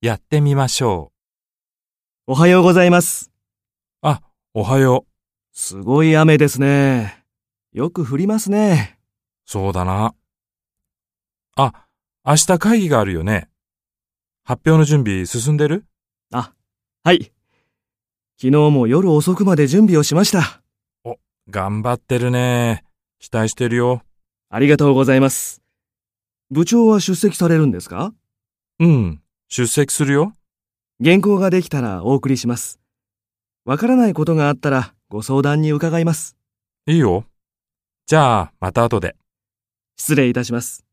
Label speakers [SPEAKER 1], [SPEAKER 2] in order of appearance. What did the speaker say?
[SPEAKER 1] やってみましょ
[SPEAKER 2] おはようございます。
[SPEAKER 1] う。あ、おはよう。
[SPEAKER 2] すごい雨ですね。よく降りますね。
[SPEAKER 1] そうだな。あ、明日会議があるよね。発表の準備進んでる
[SPEAKER 2] はい。昨日も夜遅くまで準備をしました。
[SPEAKER 1] 頑張ってるね。期待してるよ。
[SPEAKER 2] ありがとうございます。部長は出席されるんですか
[SPEAKER 1] うん、出席するよ。
[SPEAKER 2] 原稿ができたらお送りします。わからないことがあったらご相談に伺います。
[SPEAKER 1] いいよ。じゃあ、また後で。
[SPEAKER 2] 失礼いたします。